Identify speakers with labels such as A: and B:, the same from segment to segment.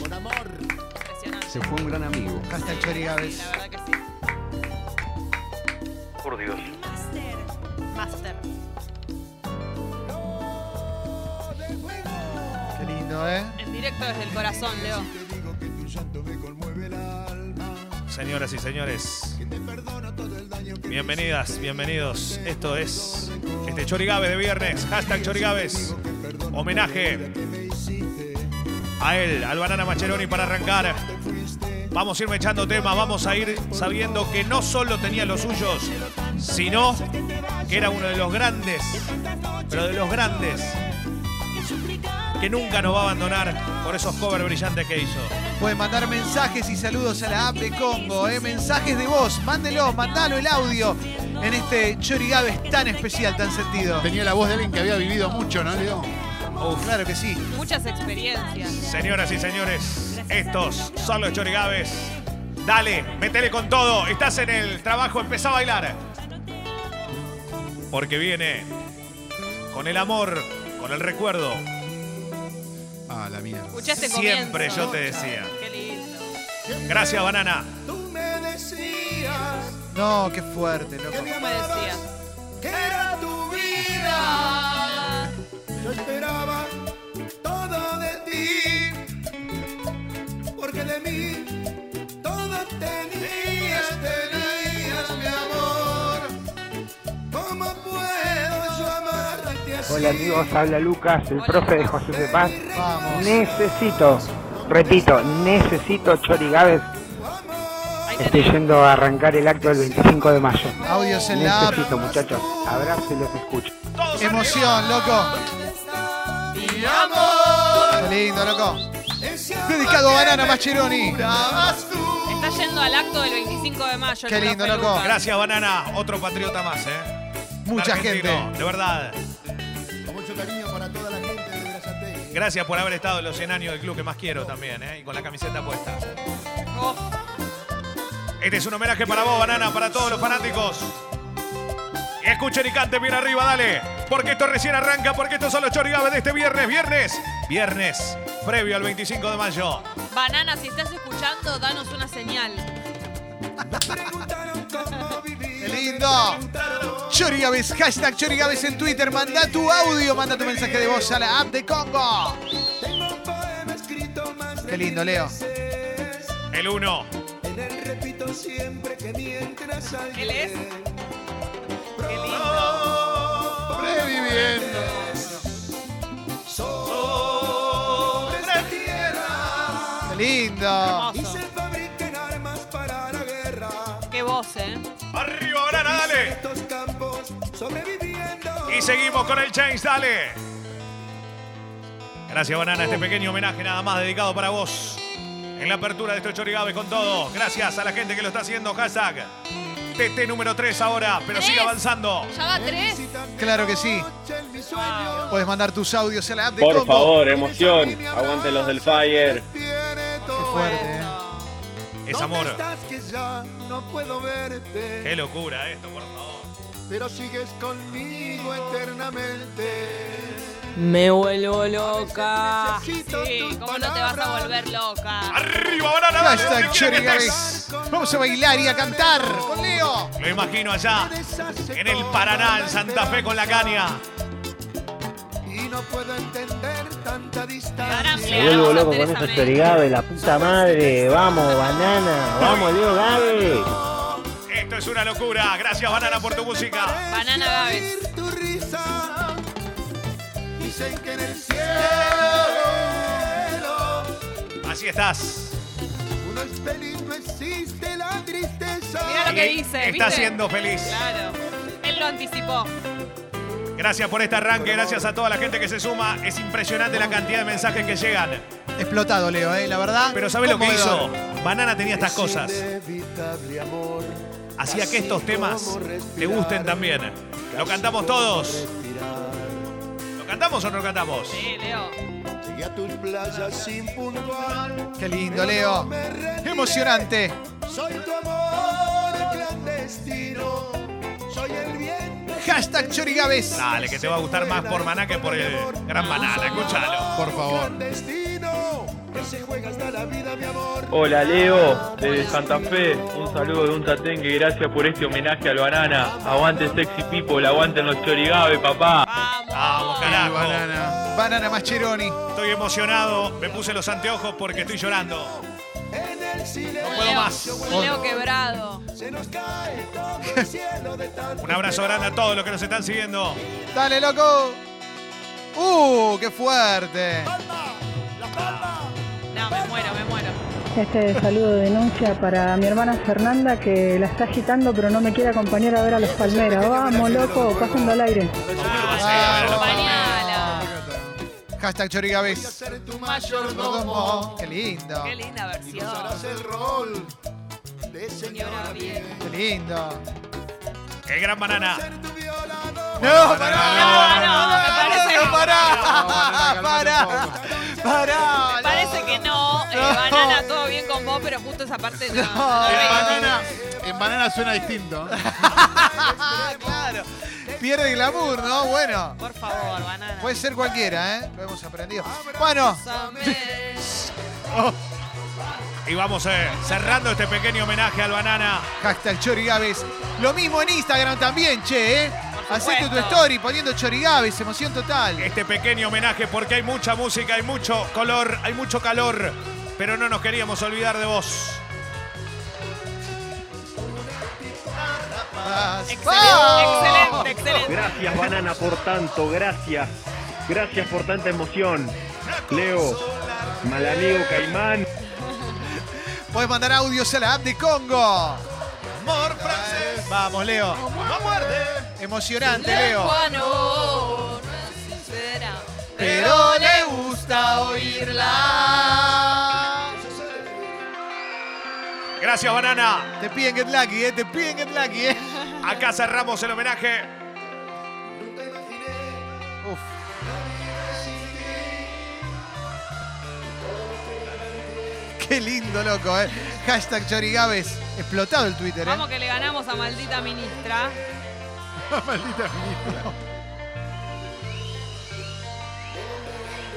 A: Con amor.
B: Impresionante.
C: Se fue un gran amigo.
D: Hashtag Chori
B: Sí,
D: Gávez.
B: la verdad que sí.
E: Por Dios.
B: Master. Master.
D: Qué lindo, ¿eh?
B: En directo desde el corazón, Leo.
F: Señoras y señores, bienvenidas, bienvenidos. Esto es este Chorigaves de viernes, hashtag Chorigaves. Homenaje a él, al Banana Macheroni para arrancar. Vamos a irme echando tema, vamos a ir sabiendo que no solo tenía los suyos, sino que era uno de los grandes, pero de los grandes, que nunca nos va a abandonar por esos covers brillantes que hizo.
D: Pueden mandar mensajes y saludos a la app de Congo, ¿eh? mensajes de voz, mándelo, mandalo el audio en este Chori Gávez tan especial, tan sentido.
A: Tenía la voz de alguien que había vivido mucho, ¿no, Leo?
D: Claro que sí.
B: Muchas experiencias.
F: Señoras y señores, estos son los chorigaves. Dale, metele con todo. Estás en el trabajo, empezá a bailar. Porque viene con el amor, con el recuerdo.
A: Ah, la mierda.
G: Pues
B: Escuchaste
F: Siempre
B: este comienzo.
F: yo te decía.
B: Qué lindo.
F: Gracias, banana.
D: No, qué fuerte, loco.
B: Tú me decías.
G: que era tu vida. Yo esperaba todo de ti, porque de mí todo tenías, tenías mi amor. ¿Cómo puedo yo amarte así?
H: Hola amigos, habla Lucas, el
B: Hola.
H: profe de José de Paz.
D: Vamos.
H: Necesito, repito, necesito Chorigaves.
B: Ahí
H: Estoy
B: tenés.
H: yendo a arrancar el acto del 25 de mayo.
D: Audios en la app.
H: Necesito muchachos, abrazo y los escucho.
F: Todos arriba.
D: Emoción, loco.
G: Mi amor,
D: Qué lindo, loco.
G: ese
D: Dedicado a
G: amor que
D: Banana
G: me
D: Mascheroni.
G: jurabas tú.
B: Está yendo al acto del 25 de mayo.
D: Qué
B: el
D: lindo,
B: profe
D: loco.
B: Lucas.
F: Gracias, banana. Otro patriota más, ¿eh?
D: Mucha
F: Argentino,
D: gente.
F: De verdad.
A: Con mucho cariño para toda la gente de Brazate.
F: Gracias por haber estado en los 100 años del club que más quiero también, ¿eh? Y con la camiseta puesta.
B: Oh,
F: Este es un homenaje para vos, banana, para todos los fanáticos. Y escuchen y canten bien arriba, dale. Porque esto recién arranca, porque estos son los chorigaves de este viernes, viernes, viernes, previo al 25 de mayo.
B: Banana, si estás escuchando, danos una señal.
G: Preguntaron cómo vivía,
D: Qué lindo. Chori Gávez, hashtag Chori Gávez en Twitter. Manda tu audio, manda tu mensaje de voz a la app de Congo.
G: Tengo un poema escrito más de
D: Qué lindo,
G: mil
D: Leo.
G: veces.
F: El 1.
G: En él repito siempre que mientras ayer
B: Él es. Qué lindo.
A: Reviviendo.
G: sobre esta tierra
D: Qué lindo.
G: y
B: Hermoso.
G: se fabriquen armas para la guerra.
B: Qué voz, ¿eh?
F: Arriba, banana, dale.
G: Estos campos sobreviviendo.
F: Y seguimos con el change, dale. Gracias, Banana, este pequeño homenaje nada más dedicado para vos. En la apertura de este Chorigabe con todo. Gracias a la gente que lo está haciendo. Hashtag TT número 3 ahora, pero sigue
B: Tres.
F: avanzando.
B: Ya va tres.
D: Claro que sí.
B: Wow.
D: Puedes mandar tus audios a la app de
I: Por
D: Congo.
I: favor, emoción. Aguante los del Fire.
G: Tiene
D: Qué
G: todo.
D: fuerte, ¿eh?
F: Es
G: ¿Dónde
F: amor.
G: estás que ya no puedo verte?
F: Qué locura esto, por favor.
G: Pero sigues conmigo eternamente.
J: Me vuelvo loca.
G: Necesito
B: Sí,
G: tus
B: ¿cómo no te vas a
G: palabras.
B: volver loca?
F: Arriba, Banana, dale.
D: Hashtag
F: donde quiera
D: Chori
F: que estés.
D: Gávez. Vamos a bailar y a cantar con Leo.
F: Lo imagino allá, en el Paraná, en Santa Fe, con la caña.
G: Y no puedo entender tanta
B: Ahora
G: distancia.
B: me
H: vuelvo loco
B: hacer
H: con
B: esa
H: esos
B: mezcla.
H: Chorigaves, la puta madre. Vamos, banana. Vamos, Leo Gávez.
F: Esto es una locura. Gracias, Banana, por tu música.
B: Banana Gaves.
G: Oír tu risa. Dicen que en el cielo
F: Así estás.
G: uno es feliz, no existe la tristeza.
B: Mira lo que dice.
F: Está
B: ¿viste?
F: siendo feliz.
B: Claro. Él lo anticipó.
F: Gracias por este arranque, gracias a toda la gente que se suma. Es impresionante la cantidad de mensajes que llegan.
D: Explotado, Leo, ¿eh? La verdad.
F: Pero ¿sabes lo que hizo?
D: conmovedor.
F: Banana tenía estas
G: Es
F: cosas.
G: inevitable, amor.
F: Hacía
G: así
F: que estos temas
G: como respirar,
F: te gusten también. Lo
G: casi
F: cantamos
G: como
F: todos.
G: respirar.
F: ¿Lo cantamos o no lo cantamos?
B: Sí, Leo.
G: Llegué a tus playas sin puntual.
D: Qué lindo, Leo. Emocionante.
G: Soy tu amor clandestino. Soy el viento
D: Hashtag Chorigaves.
F: Dale, que te va a gustar más por maná que por el gran banana. Escúchalo.
D: Por favor.
G: Destino, que se juega hasta la vida, mi amor.
I: Hola Leo, desde Santa Fe, un saludo de un tatengue, gracias por este homenaje al banana. Aguante sexy people, aguanten los chorigabe, papá.
B: Ah, Vamos.
F: Vamos,
A: Ah,
F: carajo.
D: Banana. Banana Mascheroni.
F: Estoy emocionado. Me puse los anteojos porque estoy llorando.
G: En el
F: No
G: silencio
F: puedo más.
B: Leo quebrado.
G: se nos cae todo el cielo de tanto.
F: Un abrazo grande a todos los que nos están siguiendo.
D: Dale, loco. Uh, qué fuerte.
B: No, me muero, me muero.
C: Este saludo de denuncia para mi hermana Fernanda que la está agitando pero no me quiere acompañar a ver a los palmeras. Vamos, loco, pasando al aire.
F: ¿Cómo lo vas a ir a ver a los Palmeras?
B: Mañana.
D: Hashtag Chorigaves. Qué lindo.
B: Qué linda versión.
G: El rol de pues señora
B: Señora
G: bien.
B: bien.
D: Qué lindo.
F: El gran banana.
G: Ser tu violador.
B: No, no,
D: No,
B: me parece-
D: no, pará, pará, pará.
B: Me Parece que no. Eh,
D: No.
B: banana, todo bien con vos, pero justo esa parte no. no
D: En
B: me-
D: banana-
A: En banana suena distinto.
D: Ah, claro. Pierde el glamour, ¿no? Bueno,
B: Por favor, banana.
G: Pues
D: puede ser cualquiera, ¿eh? Lo hemos aprendido. Bueno,
B: Pásame.
F: Y vamos eh, cerrando este pequeño homenaje al banana.
D: hashtag Chorigaves. Lo mismo en Instagram también, che, ¿eh?
B: Por
D: Hacete tu
B: supuesto.
D: story poniendo Chorigaves, emoción total.
F: Este pequeño homenaje porque hay mucha música, hay mucho color, hay mucho calor. Pero no nos queríamos olvidar de vos.
D: Vas.
B: Excelente,
D: ¡Vamos!
B: excelente, excelente.
I: Gracias banana por tanto, gracias. Gracias por tanta emoción. Leo, mal amigo Caimán.
D: Puedes mandar audios a la app de Congo. Vamos, Leo. Emocionante, Leo.
B: Lejano, no es sincera.
D: pero le gusta oírla.
F: Gracias, banana.
D: Te piden get lucky, eh, te piden get lucky, eh.
F: Acá cerramos el homenaje.
D: Uf. Qué lindo, loco, eh. Hashtag Chorigaves. Explotado el Twitter, eh.
B: Vamos que le ganamos a maldita ministra.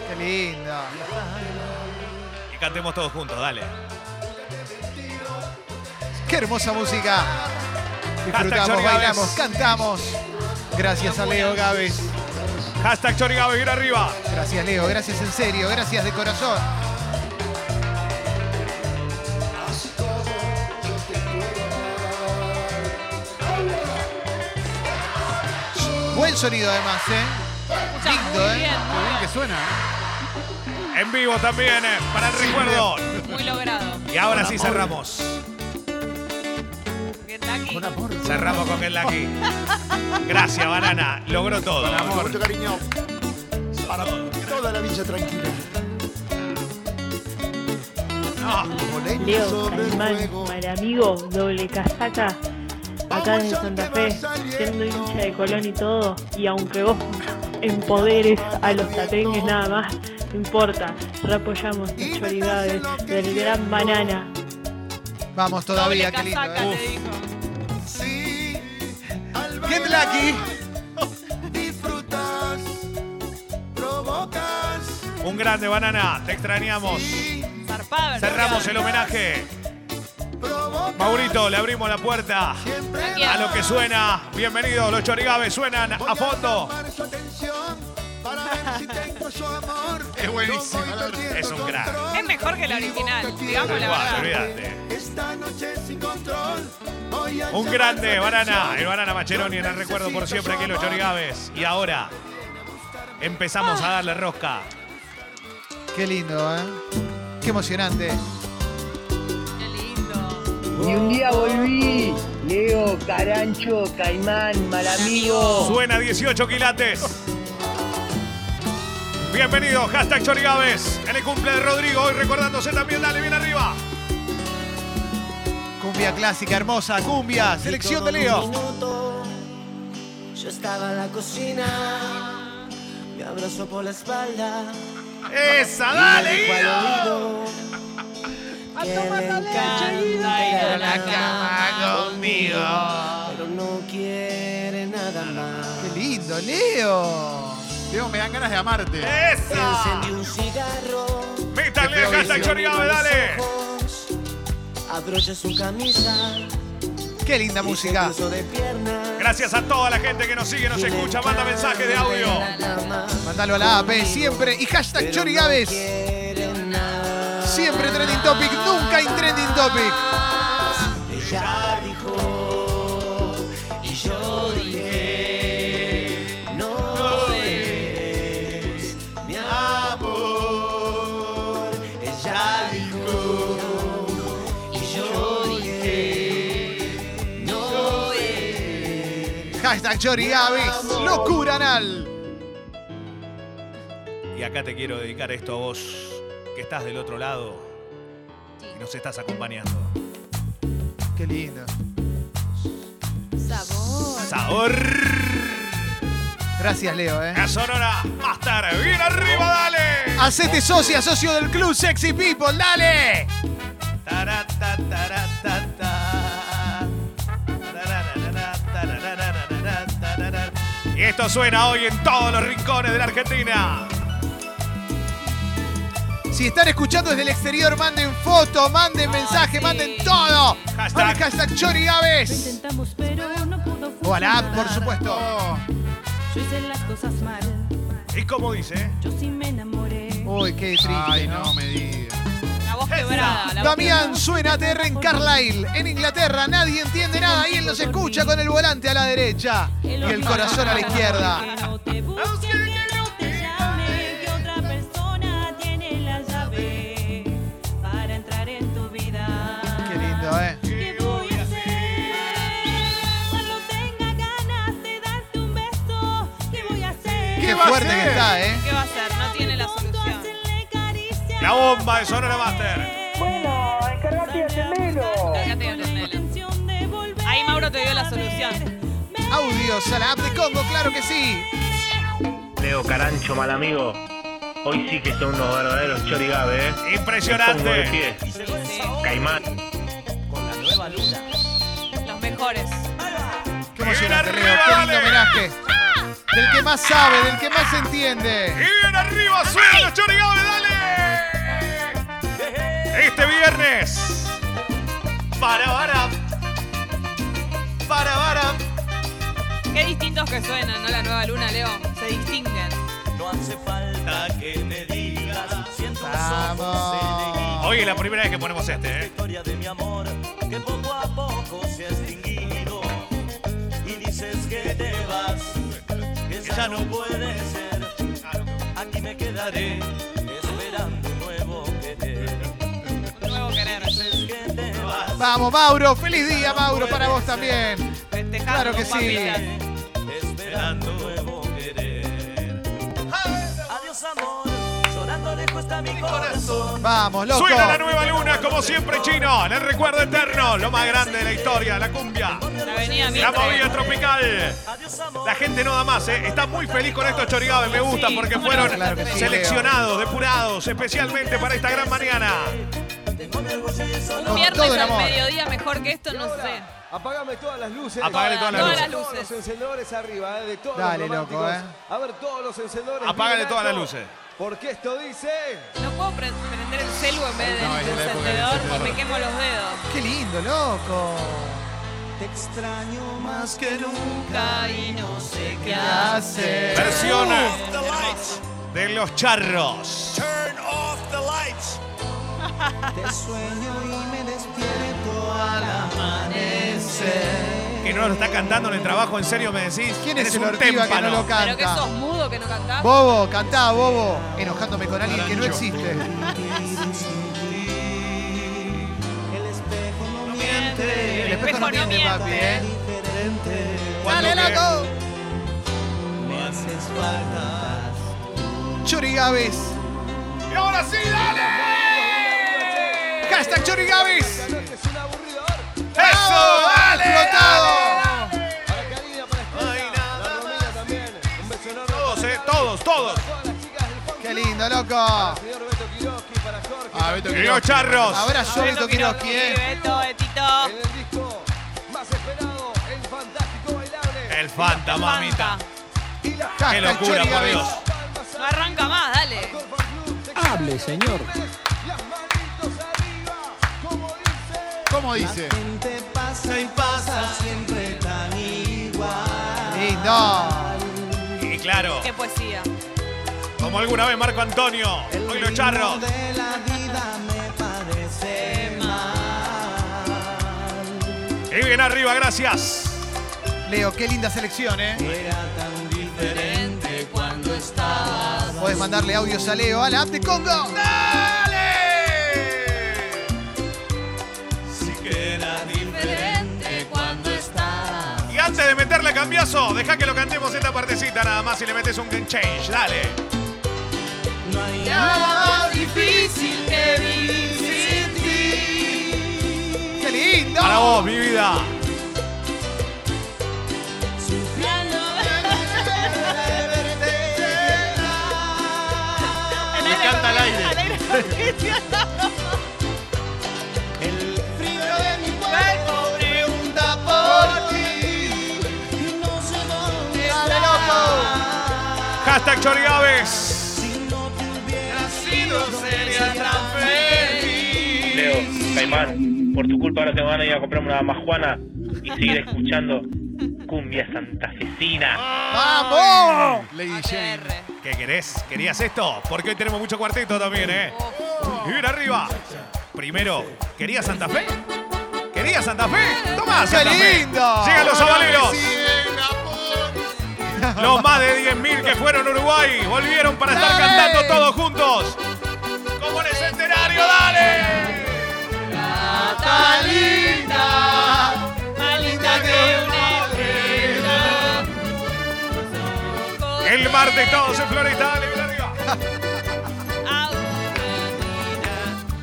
D: Qué lindo.
F: Y cantemos todos juntos, dale.
D: Qué hermosa música.
F: Chori
D: Disfrutamos,
F: Gávez.
D: bailamos, cantamos. Gracias a Leo Gávez.
F: Hashtag Chorigabe, ir arriba.
D: Gracias, Leo. Gracias en serio. Gracias de corazón. Buen sonido además, ¿eh?
B: Escucha,
D: Lindo,
B: muy
D: ¿eh?
B: bien, muy
A: que suena.
F: En vivo también, eh, para el recuerdo.
B: bien, muy logrado.
F: Y ahora sí cerramos.
B: ¿Qué tal aquí?
F: Cerramos con el Lucky. Gracias, banana. Logró todo.
A: Con mucho cariño. Para toda la villa tranquila.
F: No.
A: Boleto
E: Leo,
A: sobre el
E: Caimán,
A: fuego.
E: mal amigo, doble casaca, acá en Santa Fe, siendo hincha de Colón y todo, y aunque vos empoderes a los tatengues nada más, no importa, reapoyamos tus choridades del gran banana.
D: Vamos todavía,
B: Doble
D: qué lindo.
B: casaca,
D: ¿eh?
B: te dijo.
G: Sí, al
D: Get
G: bailar
D: lucky.
G: Disfrutas, provocas.
F: Un grande, banana. Te extrañamos.
B: Zarpado,
F: Cerramos el homenaje. Maurito, le abrimos la puerta. A lo que suena. Bienvenidos, los chorigaves suenan a fondo.
G: Llamar su atención para ver si tengo su amor.
A: Es buenísimo.
G: Yo voy perdiendo
F: Es un crack.
G: control.
B: Es mejor que la original, digamos la
F: Igual,
B: verdad.
F: olvídate.
G: Esta noche sin control. voy a
F: Un
G: llamar
F: grande
G: su
F: banana,
G: atención.
F: el banana Macheroni en el recuerdo por siempre aquí en los Chorigaves. Y ahora empezamos a darle rosca.
D: Qué lindo, ¿eh? Qué emocionante.
B: Qué lindo.
J: Y un día volví, Leo, Carancho, Caimán, mal amigo.
F: Suena 18 quilates. Bienvenido, hashtag Chorigaves. En el cumple de Rodrigo, hoy recordándose también, dale bien arriba.
D: Cumbia clásica, hermosa. Cumbia, selección de Leo.
E: Yo estaba en la cocina, me abrazó por la espalda.
F: Esa, dale. Guido.
B: Canta ir a la cama.
E: pero no quiere nada más.
D: Pero Leo.
A: Leo, me dan ganas de amarte.
F: ¡Esa!
K: Encendí un cigarro.
F: Métanle el hashtag Chorigabe, dale.
K: Abrocha su camisa.
D: Qué linda música.
F: Gracias a toda la gente que nos sigue, nos escucha, manda mensajes de audio.
D: Mandalo a la AP siempre. Y hashtag Chorigaves. Siempre trending topic, nunca en trending topic.
K: Ella dijo y yo dije no es mi amor. Ella dijo y yo dije no es.
D: Hashtag Chorigaves. Locura anal.
F: Y acá te quiero dedicar esto a vos, que estás del otro lado y nos estás acompañando.
D: Qué lindo.
B: Sabor.
F: Sabor.
D: Gracias, Leo, eh.
F: La Sonora Master. Bien arriba, dale.
D: Hacete socia, socio del club Sexy People, dale.
F: Tará, ta, tará, ta, ta. Tará, tará, tará, tará, tará, tará, tará. Y esto suena hoy en todos los rincones de la Argentina.
D: Si están escuchando desde el exterior, manden foto, manden mensaje,
B: sí.
D: manden todo.
F: Hashtag.
D: Manden hashtag Chorigaves.
L: Intentamos, pero no pudo
D: O a la app, por
L: funcionar.
D: supuesto.
L: Yo hice las cosas mal.
F: ¿Y cómo dice? ¿eh?
L: Yo sí me enamoré.
D: Uy, qué triste.
A: Ay, no
D: ¿no?
A: me digas.
B: La voz quebrada. la voz
D: Damián suena ATR en Carlisle, en Inglaterra. Nadie entiende nada y él nos escucha con el volante a la derecha y el corazón a la izquierda.
L: Que no te busque, que no te llame, que otra persona tiene la llave para entrar en tu vida.
D: Qué lindo, ¿eh?
L: ¿Qué voy a hacer cuando tenga ganas de darte un beso? ¿Qué voy a hacer?
D: Qué
A: va a
D: fuerte que
A: ser?
D: está,
B: quebrada.
D: ¿eh?
B: ¿Qué va a hacer? No tiene la solución.
F: La bomba de Sonora Master.
C: Bueno, encargate de Melo.
B: Acá te dio la Ahí Mauro te dio la solución.
D: Audios a la app de Congo, claro que sí.
I: Leo Carancho, mal amigo. Hoy sí que son unos verdaderos chorigabe, ¿eh? Me pongo de
F: Impresionante.
I: pie. Caimán.
B: Los mejores.
D: Qué emocionante,
F: Bien
D: Leo. Qué lindo
F: arriba,
D: homenaje. Del que más sabe, del que más entiende.
F: Y bien arriba, suena los chorigabe, dale. Este viernes. Para, para. Para, para.
B: Qué distintos que suenan, ¿no? La nueva luna, Leo. Se distinguen.
K: No hace falta que me digas. Siento
D: Vamos.
F: Hoy es la primera vez que ponemos este, ¿eh?
K: historia de mi amor que poco a poco se ha extinguido y dices que te vas que ya no puede ser aquí me quedaré esperando un nuevo querer
B: Un nuevo querer.
K: dices que te vas
D: Vamos, Mauro. Feliz día, Mauro, para vos también.
B: Festejando,
D: Claro que sí.
B: papita.
K: esperando un nuevo querer adiós amor llorando le cuesta mi corazón
D: Vamos, loco.
F: Suena la nueva luna, como siempre, chino. En el recuerdo eterno, lo más grande de la historia, la cumbia.
B: La avenida
F: La movida
B: Mitre.
F: tropical.
K: adiós amor
F: La gente no da más, ¿eh? Está muy feliz con estos chorigabes, me gusta,
B: Sí,
F: porque
B: cómo
F: fueron
B: no, claro que sí,
F: seleccionados, depurados, especialmente para esta gran mañana.
K: tengo mi orgullo y eso
B: Un
K: no
D: todo
B: viernes
D: el
B: al
D: amor.
B: mediodía mejor que esto, no sé.
G: Apágame todas las luces.
F: Apágale todas las
B: Todas las
G: Todos
F: luces.
B: Ah. luces.
G: los encendedores arriba, eh, de todos
D: Dale,
G: los
D: loco,
G: románticos.
D: eh.
G: A ver, todos los encendedores.
F: Apágale
G: bien
F: todas las
G: altos,
F: luces.
G: Porque esto dice...
B: No puedo pre- prender el celu en vez del
A: No, es la época del
B: encendedor y
A: encendedor.
B: me quemo los dedos.
D: Qué lindo, loco.
K: te extraño más que nunca
B: y no sé qué
D: hacer.
F: Versión de los charros.
K: Te sueño y me despierto al amanecer.
F: Que no lo está cantando en el trabajo, en serio me decís.
D: ¿Quién es
F: Eres
D: el
F: un
D: ortiva que no
F: témpano.
D: lo
B: Pero que sos
D: canta?
B: mudo que no cantás.
D: Bobo, cantá, Bobo. Enojándome con alguien que no
F: Narancho.
D: existe.
K: El espejo no
B: miente.
K: miente.
D: El espejo no miente, papi,
B: ¿eh?
D: ¿eh?
K: Diferente.
F: Cuando
D: Dale,
F: que-
D: loco.
K: Me haces falta.
D: Chorigaves.
F: ¡Y ahora sí, dale!
D: Hashtag Chorigaves.
G: La noche es un aburridor.
F: ¡Eso, dale!
D: Explotado.
G: Para Karina, para Estela, la Romina también. Un beso enorme
F: Todos, eh, todos, todos.
G: para todas las chicas del Juan
D: Qué lindo, loco.
G: Señor Beto Quiroski, para Jorge.
A: Ah, Beto
F: Y los charros.
D: Abrazo, Beto Quiroski, eh.
B: Beto, Betito.
G: En el disco más esperado, el fantástico bailable.
F: El Fanta,
B: Fanta.
F: mamita.
D: Ah,
F: Qué locura, por Dios.
B: No arranca más, dale.
M: Hable, señor.
D: ¿Cómo dice?
K: Pasa y pasa siempre tan igual.
F: Y claro,
B: Qué poesía.
F: como alguna vez Marco Antonio, hoy los charros.
K: De la vida me parece mal.
F: Y bien arriba, gracias.
D: Leo, qué linda selección, ¿eh?
K: Diferente cuando estabas.
D: Podés mandarle audios a Leo a la app de Congo.
K: Sí que era diferente cuando estabas.
F: Y antes de meterle cambiazo, deja que lo cantemos esta partecita nada más y le metes un game change. Dale.
K: No hay nada más difícil que vivir sin ti.
D: ¡Qué lindo!
F: Para vos, mi vida.
K: Me
F: encanta el aire.
K: El frío de mi cuerpo pregunta por ti. Y no sé dónde
D: Dale,
K: loco!
F: Hashtag Chorigaves.
K: Nacido sería tan feliz.
I: Leo, Caimán, por tu culpa ahora te van a ir a comprar una majuana y seguir escuchando cumbia santafesina.
D: ¡Vamos!
B: Lady
F: ¿Qué querés? ¿Querías esto? Porque hoy tenemos mucho cuarteto también, ¿eh? Y bien arriba. Primero, ¿querías Santa Fe? ¿Querías Santa Fe? Tomá,
D: ¡Qué
F: Santa Fe.
D: lindo!
F: Llegan los
D: Ahora
F: avaleros.
D: sí,
F: Los más de 10.000 que fueron a Uruguay volvieron para estar
D: Dale.
F: cantando todos juntos. ¡Como en el centenario, dale!
K: Tan linda, más linda que una estrella.
F: El martes todos en Floresta, dale, bien arriba.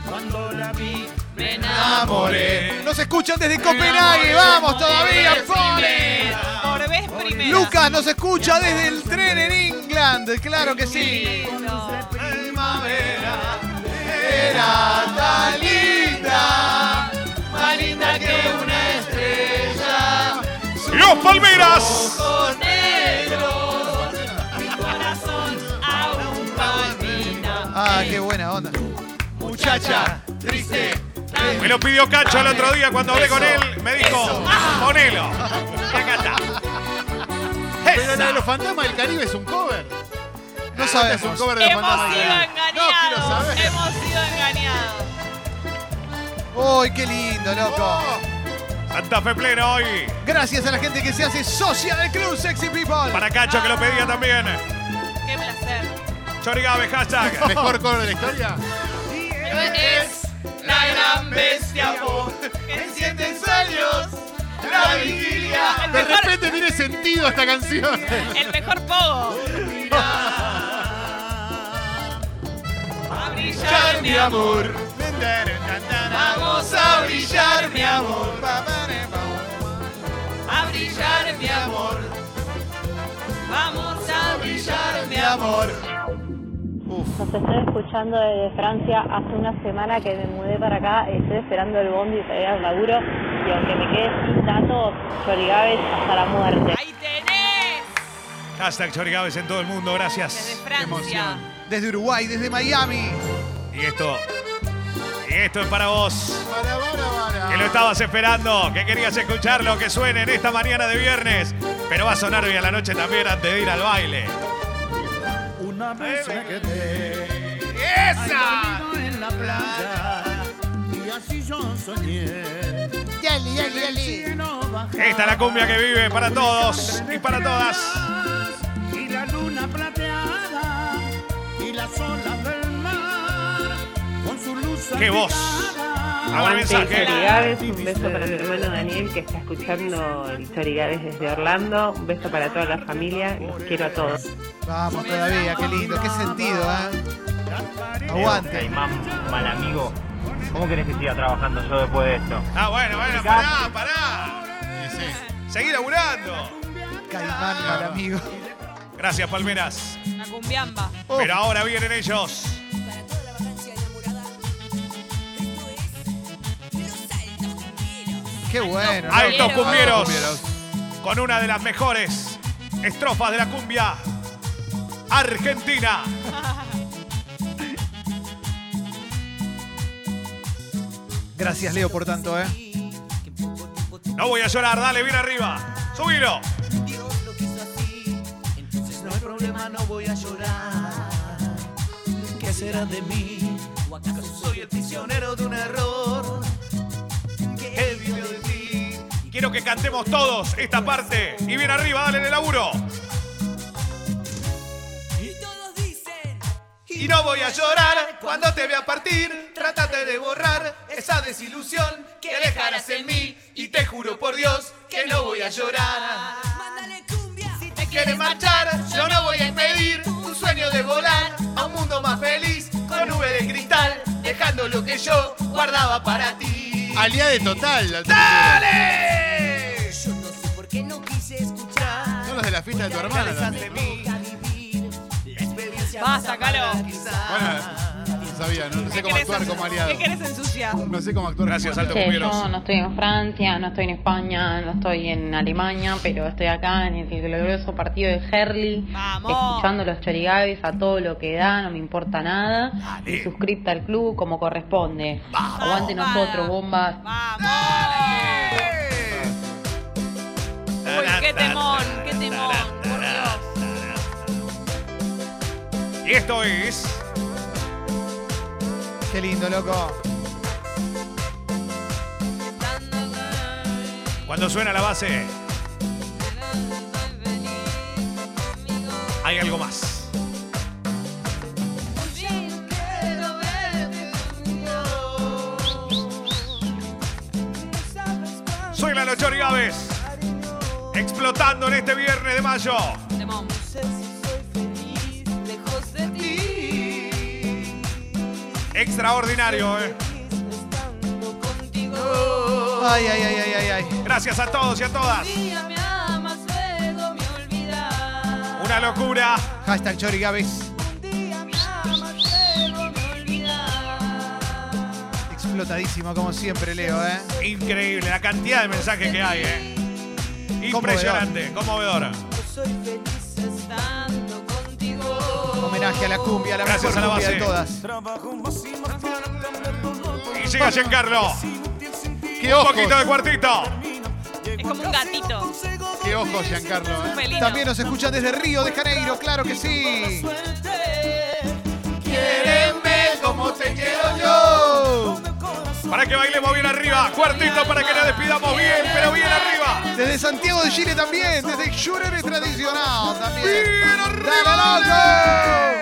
K: Cuando la vi, me
D: Amore. Nos escuchan desde Copenhague. ¡Vamos todavía, Poli!
B: Por vez primera.
D: Lucas nos escucha desde el tren en England. Claro que sí.
B: Lindo.
K: primavera era tan linda, más linda que una estrella.
F: Los Palmeras.
K: Ojos negros, mi corazón aún palpita.
D: Ah, qué buena onda. Ah,
K: Muchacha, triste.
F: Me lo pidió Cacho el otro día cuando hablé con él. Me dijo, ponelo. Y acá está.
A: Pero la
F: Esa.
A: de los fantasmas del Caribe es un cover.
D: No
A: Es un
D: sabemos.
A: cover de los
B: Hemos
A: fantasmas del
B: sido
A: Caribe.
B: engañados.
A: saber.
B: Hemos sido engañados.
D: ¡Uy, qué lindo, loco!
A: Oh.
F: Santa Fe pleno hoy.
D: Gracias a la gente que se hace socia del Club Sexy People.
F: Para Cacho que lo pedía también.
B: Qué placer.
F: Chorigabe, hashtag.
A: Mejor cover de la historia.
B: Pero es
K: La gran bestia por en siete años, la vigilia.
A: De repente tiene sentido esta canción.
B: el mejor pogo.
K: A brillar mi amor, vamos a brillar mi amor, a brillar mi amor, vamos a brillar mi amor.
E: Los estoy escuchando desde Francia. Hace una semana que me mudé para acá. Estoy esperando el bondi para ir al laburo. Y aunque me quede sin datos, chorigabes hasta la muerte.
B: Ahí tenés.
F: Hashtag Chorigaves en todo el mundo,
B: Desde
F: gracias.
B: Francia.
D: Desde Uruguay, desde Miami.
F: Y esto. Y esto es para vos.
A: Para, para, para.
F: Que lo estabas esperando, que querías escucharlo, que suene en esta mañana de viernes. Pero va a sonar hoy a la noche también antes de ir al baile.
K: Una vez me quedé
D: ¡Esa!
K: dormido en la playa y así yo soñé.
D: Yali, yali,
K: El
D: yali.
K: cielo bajaba
F: Esta es la cumbia que vive para todos y para todas.
K: y la luna plateada y las olas del mar con su luz
F: ¡Qué voz!
K: salpicada.
F: Abre mensaje.
E: Chorigaves, un beso para mi hermano Daniel que está escuchando el Chorigaves desde Orlando. Un beso para toda la familia. Los quiero a todos.
D: Vamos todavía, qué lindo. Qué sentido, ¿eh?
I: Leo,
D: Aguante.
I: Caimán, mal amigo. ¿Cómo querés que siga trabajando yo después de esto?
F: Ah, bueno, bueno, pará, pará. Seguí laburando.
D: Caimán, mal amigo.
F: Gracias, Palmeras.
B: Una cumbiamba.
D: Oh.
F: Pero ahora vienen ellos.
D: Qué bueno.
F: Altos
B: Cumbieros.
F: cumbieros. Con una de las mejores Estrofas de la cumbia argentina.
D: Gracias, Leo, por tanto, ¿eh?
F: No voy a llorar, dale, bien arriba. Subilo.
B: Entonces no hay problema, no voy a llorar. ¿Qué será de mí? ¿O acaso soy el prisionero de un error? ¿Qué vivió de ti?
F: Quiero que cantemos todos esta parte. Y bien arriba, dale en el laburo.
B: Y todos dicen.
N: Y no voy a llorar cuando te vea partir. Trátate de borrar esa desilusión que dejarás en mí. Y te juro por Dios que no voy a llorar.
B: Si te
N: Quieres marchar, yo no voy a impedir un sueño de volar a un mundo más feliz con nube de cristal, dejando lo que yo guardaba para ti.
K: Alía de total.
D: ¡Ah!
N: ¡Dale!
B: Yo no sé por qué no quise escuchar.
K: Son los de la fiesta de tu
B: Porque
K: hermana
B: ahora
K: también.
B: me toca vivir la experiencia más
O: Basta, Calo.
B: amarga quizás.
K: Bueno, no sabía, no, no sé cómo
O: ¿Qué querés
K: actuar como
O: ensuciar?
K: aliado.
O: ¿Qué querés ensuciar?
K: No sé cómo actuar Gracias, como
E: Che, yo no estoy en Francia, no estoy en España, no estoy en Alemania, pero estoy acá en el glorioso partido de Herli, escuchando los chorigabes a todo lo que da, no me importa nada. Y suscripta al club como corresponde. Aguante nosotros, bombas.
O: ¡Eh! Uy, qué temón, qué temón. Por Dios.
F: Y esto es.
D: Qué lindo, loco.
F: Cuando suena la base. Hay algo más. Soy la Nochori Gávez. Explotando en este viernes de mayo.
O: Temón.
B: Lejos de ti.
F: Extraordinario, ¿eh?
D: Ay, ay, ay, ay, ay, ay.
F: Gracias a todos y a todas.
B: Día me amas, luego me olvidas.
F: Una locura.
D: Hashtag Chori Gaves.
B: Día me amas, luego me olvidas.
D: Explotadísimo, como siempre, Leo, ¿eh?
F: Increíble la cantidad de mensajes que hay, ¿eh? Impresionante, conmovedora.
B: Yo soy feliz estando contigo.
D: Homenaje a la cumbia, a la
F: Gracias
D: mejor
F: a la
D: cumbia de
F: base.
D: todas.
F: Y llega Giancarlo.
K: ¡Qué
F: Un
K: ojos!
F: poquito de cuartito.
O: Es como un gatito.
K: ¡Qué ojos, Giancarlo! eh.
O: Felino.
D: También nos escuchan desde Río de Janeiro, claro que sí.
N: Quiereme como te quiero yo.
F: Para que bailemos bien arriba. Cuartito para que nos despidamos bien, pero bien arriba.
D: Desde Santiago de Chile también, desde Jurere Tradicional también. ¡Dale, loco!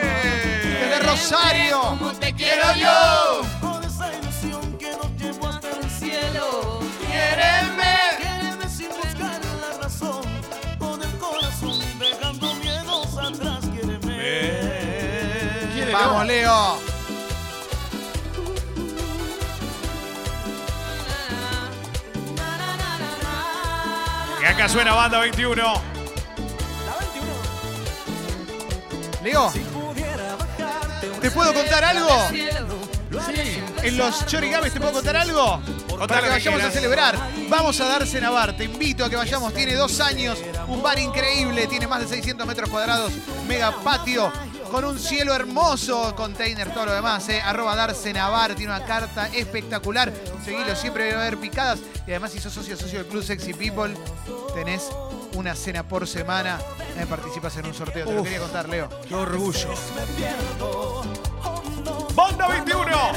D: Desde
K: Eh.
D: Rosario.
B: te
D: quiero yo.
B: Con esa ilusión que nos llevó hasta el cielo.
N: Quiéreme.
B: Quiéreme sin buscar la razón. Con el corazón dejando miedos atrás.
F: Eh.
B: Quiéreme.
D: Vamos, Leo.
F: Y acá suena Banda 21.
D: Leo, ¿te puedo contar algo? En los chorigames, ¿te puedo contar algo? Para
F: lo
D: que
F: que
D: vayamos a
F: quieras.
D: celebrar. Vamos a darse en bar, te invito a que vayamos. Tiene dos años, un bar increíble, tiene más de 600 metros cuadrados, mega patio. Con un cielo hermoso, container, todo lo demás, ¿eh? Arroba Darse Navar, tiene una carta espectacular. Seguilo, siempre va a haber picadas. Y además, si sos socio socio del Club Sexy People, tenés una cena por semana. Eh, participas en un sorteo. Te lo
F: Uf.
D: quería contar, Leo.
F: Qué orgullo. Banda 21.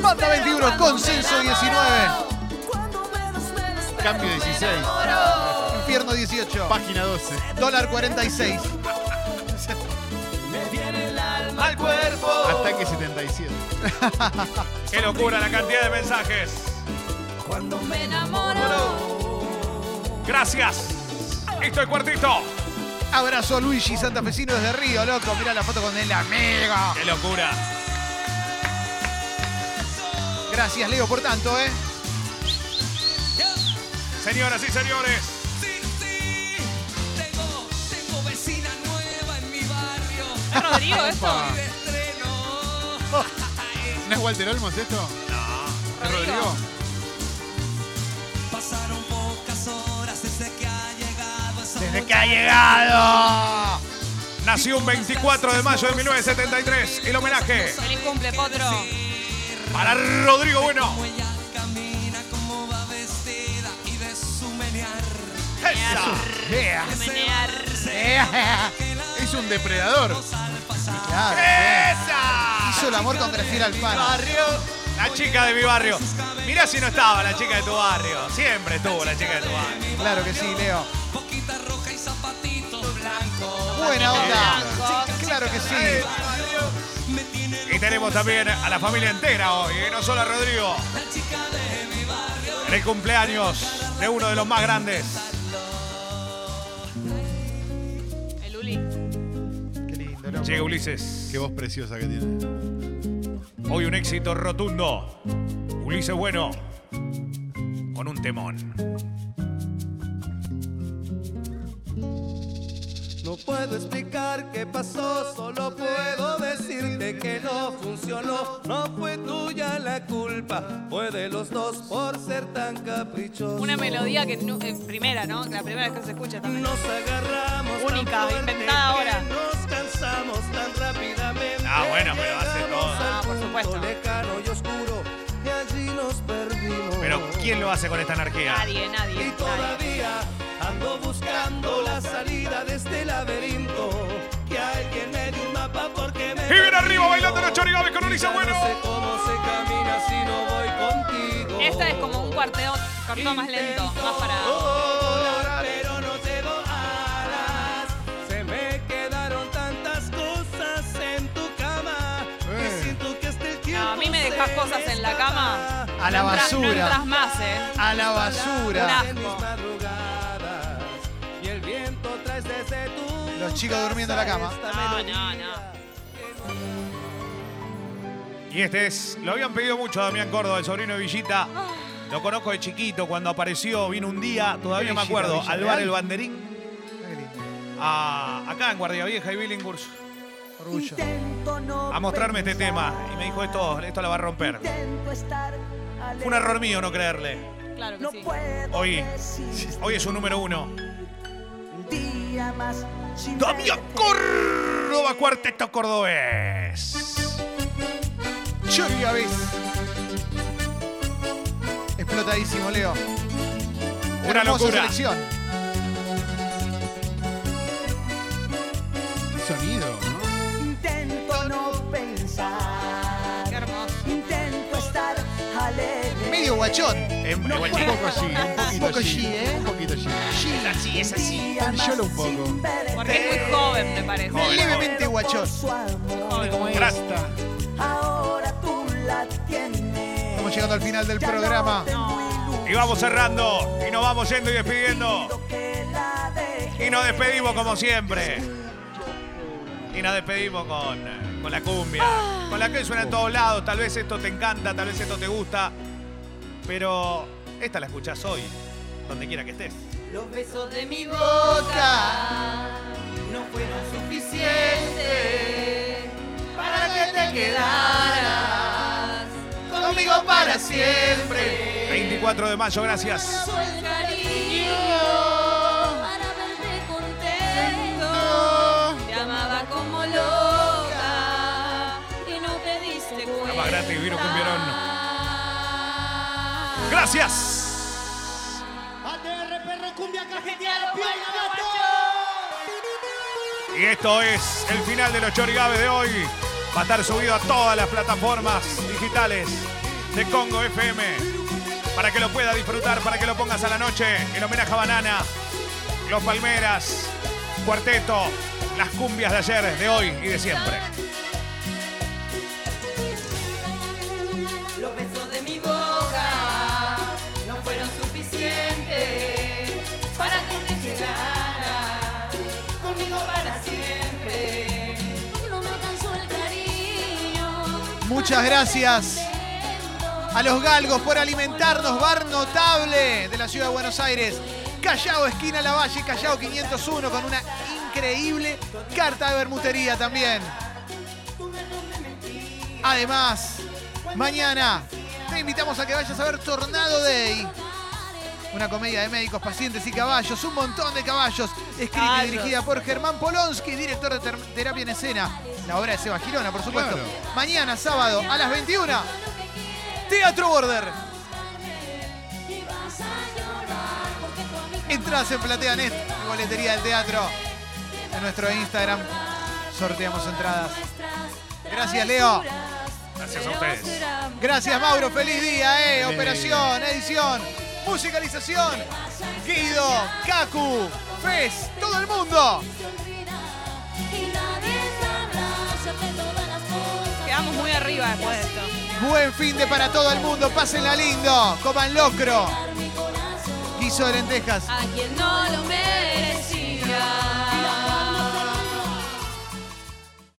D: Banda 21, consenso 19.
K: Cambio 16.
D: Infierno 18.
K: Página 12.
D: Dólar 46.
N: Al cuerpo.
K: Ataque 77.
F: Qué locura la cantidad de mensajes.
B: Cuando me enamoro.
F: Gracias. Esto es cuartito.
D: Abrazo a Luigi Santafesino desde Río, loco. Mirá la foto con el amigo.
F: Qué locura.
D: Gracias, Leo, por tanto, ¿eh?
F: Señoras y señores,
B: Tengo, tengo vecina nueva en mi barrio.
O: ¿Es Rodrigo esto?
K: Opa. ¿No es Walter Olmos esto? No. ¿Es Rodrigo?
B: Pasaron pocas horas desde que ha llegado ese
D: desde que ha llegado.
F: Nació un 24 de mayo de 1973. El homenaje
B: Feliz cumple, Potro.
F: para Rodrigo Bueno.
D: Yeah.
B: Menear.
P: Es un depredador.
D: Claro, sí. Hizo el amor con Graciela Alfano.
F: La chica de mi barrio. Mirá si no estaba la chica de tu barrio. Siempre estuvo la chica de tu barrio.
D: Claro que sí, Leo. Buena onda. Claro que sí.
F: Y tenemos también a la familia entera hoy, ¿eh? no solo a Rodrigo. En el cumpleaños de uno de los más grandes.
B: El Uli.
D: Qué lindo, loco.
F: Llega Ulises.
P: Qué voz preciosa que tiene.
F: Hoy un éxito rotundo. Ulises Bueno. Con un temón.
K: No puedo explicar qué pasó, solo puedo decirte que no funcionó. No fue tuya la culpa, fue de los dos por ser tan caprichoso.
B: Una melodía que nu- eh, primera, ¿no? La primera vez que se escucha también.
K: Nos agarramos tan
B: Única,
K: fuerte
B: inventada ahora.
K: que Nos cansamos tan rápidamente.
F: Ah, bueno, pero hace
K: Llegamos
F: todo.
K: al
B: Ah, por
K: punto
B: supuesto.
K: lejano y oscuro, y allí nos perdimos.
F: Pero ¿quién lo hace con esta anarquía?
B: Nadie,
K: Y
B: nadie, nadie.
K: todavía ando buscando la salida de este laberinto. Que alguien me dé un mapa porque me.
F: Y viene arriba
K: perdido.
F: bailando los chorigaves con Ulises
K: Ya
F: Bueno.
K: No sé cómo se camina si no voy contigo.
B: Esta es como un cuarteo cortado más lento, más para.
K: Ahora, pero no tengo alas. Se me quedaron tantas cosas en tu cama. que
P: Eh.
K: siento que hasta el tiempo
B: No, a mí me
K: se
B: dejas cosas en la cama.
D: A la
B: No entras- No
D: basura.
B: entras más, ¿eh?
D: A la
B: Un
D: basura.
K: En mis
B: asco.
K: madrugadas. Y el viento traes desde tu.
D: Los chicos durmiendo en la cama.
K: esta
B: No,
K: melodía.
B: no, no.
F: Y este es, lo habían pedido mucho a Damián Córdoba, el sobrino de Villita. Lo conozco de chiquito, cuando apareció, vino un día, todavía me
D: Villita,
F: acuerdo,
D: Villa
F: al bar
D: Real.
F: El Banderín, a- acá en Guardia Vieja y Billinghurst,
D: Orgullo.
F: a mostrarme este tema. Y me dijo, esto, esto la va a romper. Fue un error mío no creerle.
B: Claro que sí.
F: Hoy, hoy es un número uno.
L: Día más sin
F: Damián Córdoba, cuarteto cordobés.
D: Chorigaves. Explotadísimo, Leo.
F: Una
D: Hermosa
F: locura.
D: selección.
P: Sonido, ¿no?
L: intento no pensar.
B: Qué hermoso.
L: Intento estar alegre.
D: Medio guachón.
P: En-
F: No
P: un
F: puedo.
P: poco así, un poquito
D: poco
P: así.
D: así, ¿eh?
P: Un poquito así.
D: Es así, es así.
P: Tan solo un poco.
B: Porque es muy joven, me parece.
F: Joven.
D: Levemente guachón.
F: Grasta.
L: Ahora tú la tienes.
D: Estamos llegando al final del programa.
F: Y vamos cerrando, y nos vamos yendo y despidiendo.
L: Que la dejes.
F: Y nos despedimos como siempre. Y nos despedimos con, con la cumbia. Con la que suena en todos lados. Tal vez esto te encanta, tal vez esto te gusta. Pero esta la escuchás hoy, donde quiera que estés.
K: Los besos de mi boca no fueron suficientes para que te quedaras conmigo para siempre.
F: 24 de mayo, gracias.
L: el cariño para verte contento. Te amaba como loca y no te diste cuenta.
F: más gratis, vino
L: cumbierón.
F: Gracias.
A: ATR Perro Cumbia Cajetear
F: Y esto es el final de los Chorigaves de hoy. Va a estar subido a todas las plataformas digitales de Congo FM. Para que lo pueda disfrutar, para que lo pongas a la noche. El homenaje a Banana, Los Palmeras, Cuarteto, las cumbias de ayer, de hoy y de siempre.
K: Los besos de mi boca no fueron suficientes para que te quedaras conmigo para siempre.
L: No me cansó el cariño.
D: Muchas gracias a los galgos por alimentarnos. Bar notable de la ciudad de Buenos Aires. Callao, esquina La Valle, Callao 501, con una increíble carta de bermutería también. Además, mañana te invitamos a que vayas a ver Tornado Day. una comedia de médicos, pacientes y caballos, un montón de caballos, escrita y
B: Caballos.
D: dirigida por Germán Polonsky, director de ter- Terapia en Escena, la obra de Seba Girona, por supuesto.
P: Claro.
D: Mañana, sábado, a las 21, Teatro Border. Entradas en Plateanet, boletería del teatro. En nuestro Instagram sorteamos entradas. Gracias, Leo.
F: Gracias a ustedes.
D: Gracias, Mauro. Feliz día, eh. Operación, edición, musicalización. Guido, Kaku, Fez, todo el mundo.
B: Quedamos muy arriba después de esto.
D: Buen fin de para todo el mundo. Pásenla lindo. Coman locro. Guiso de lentejas.
L: A quien no lo merece.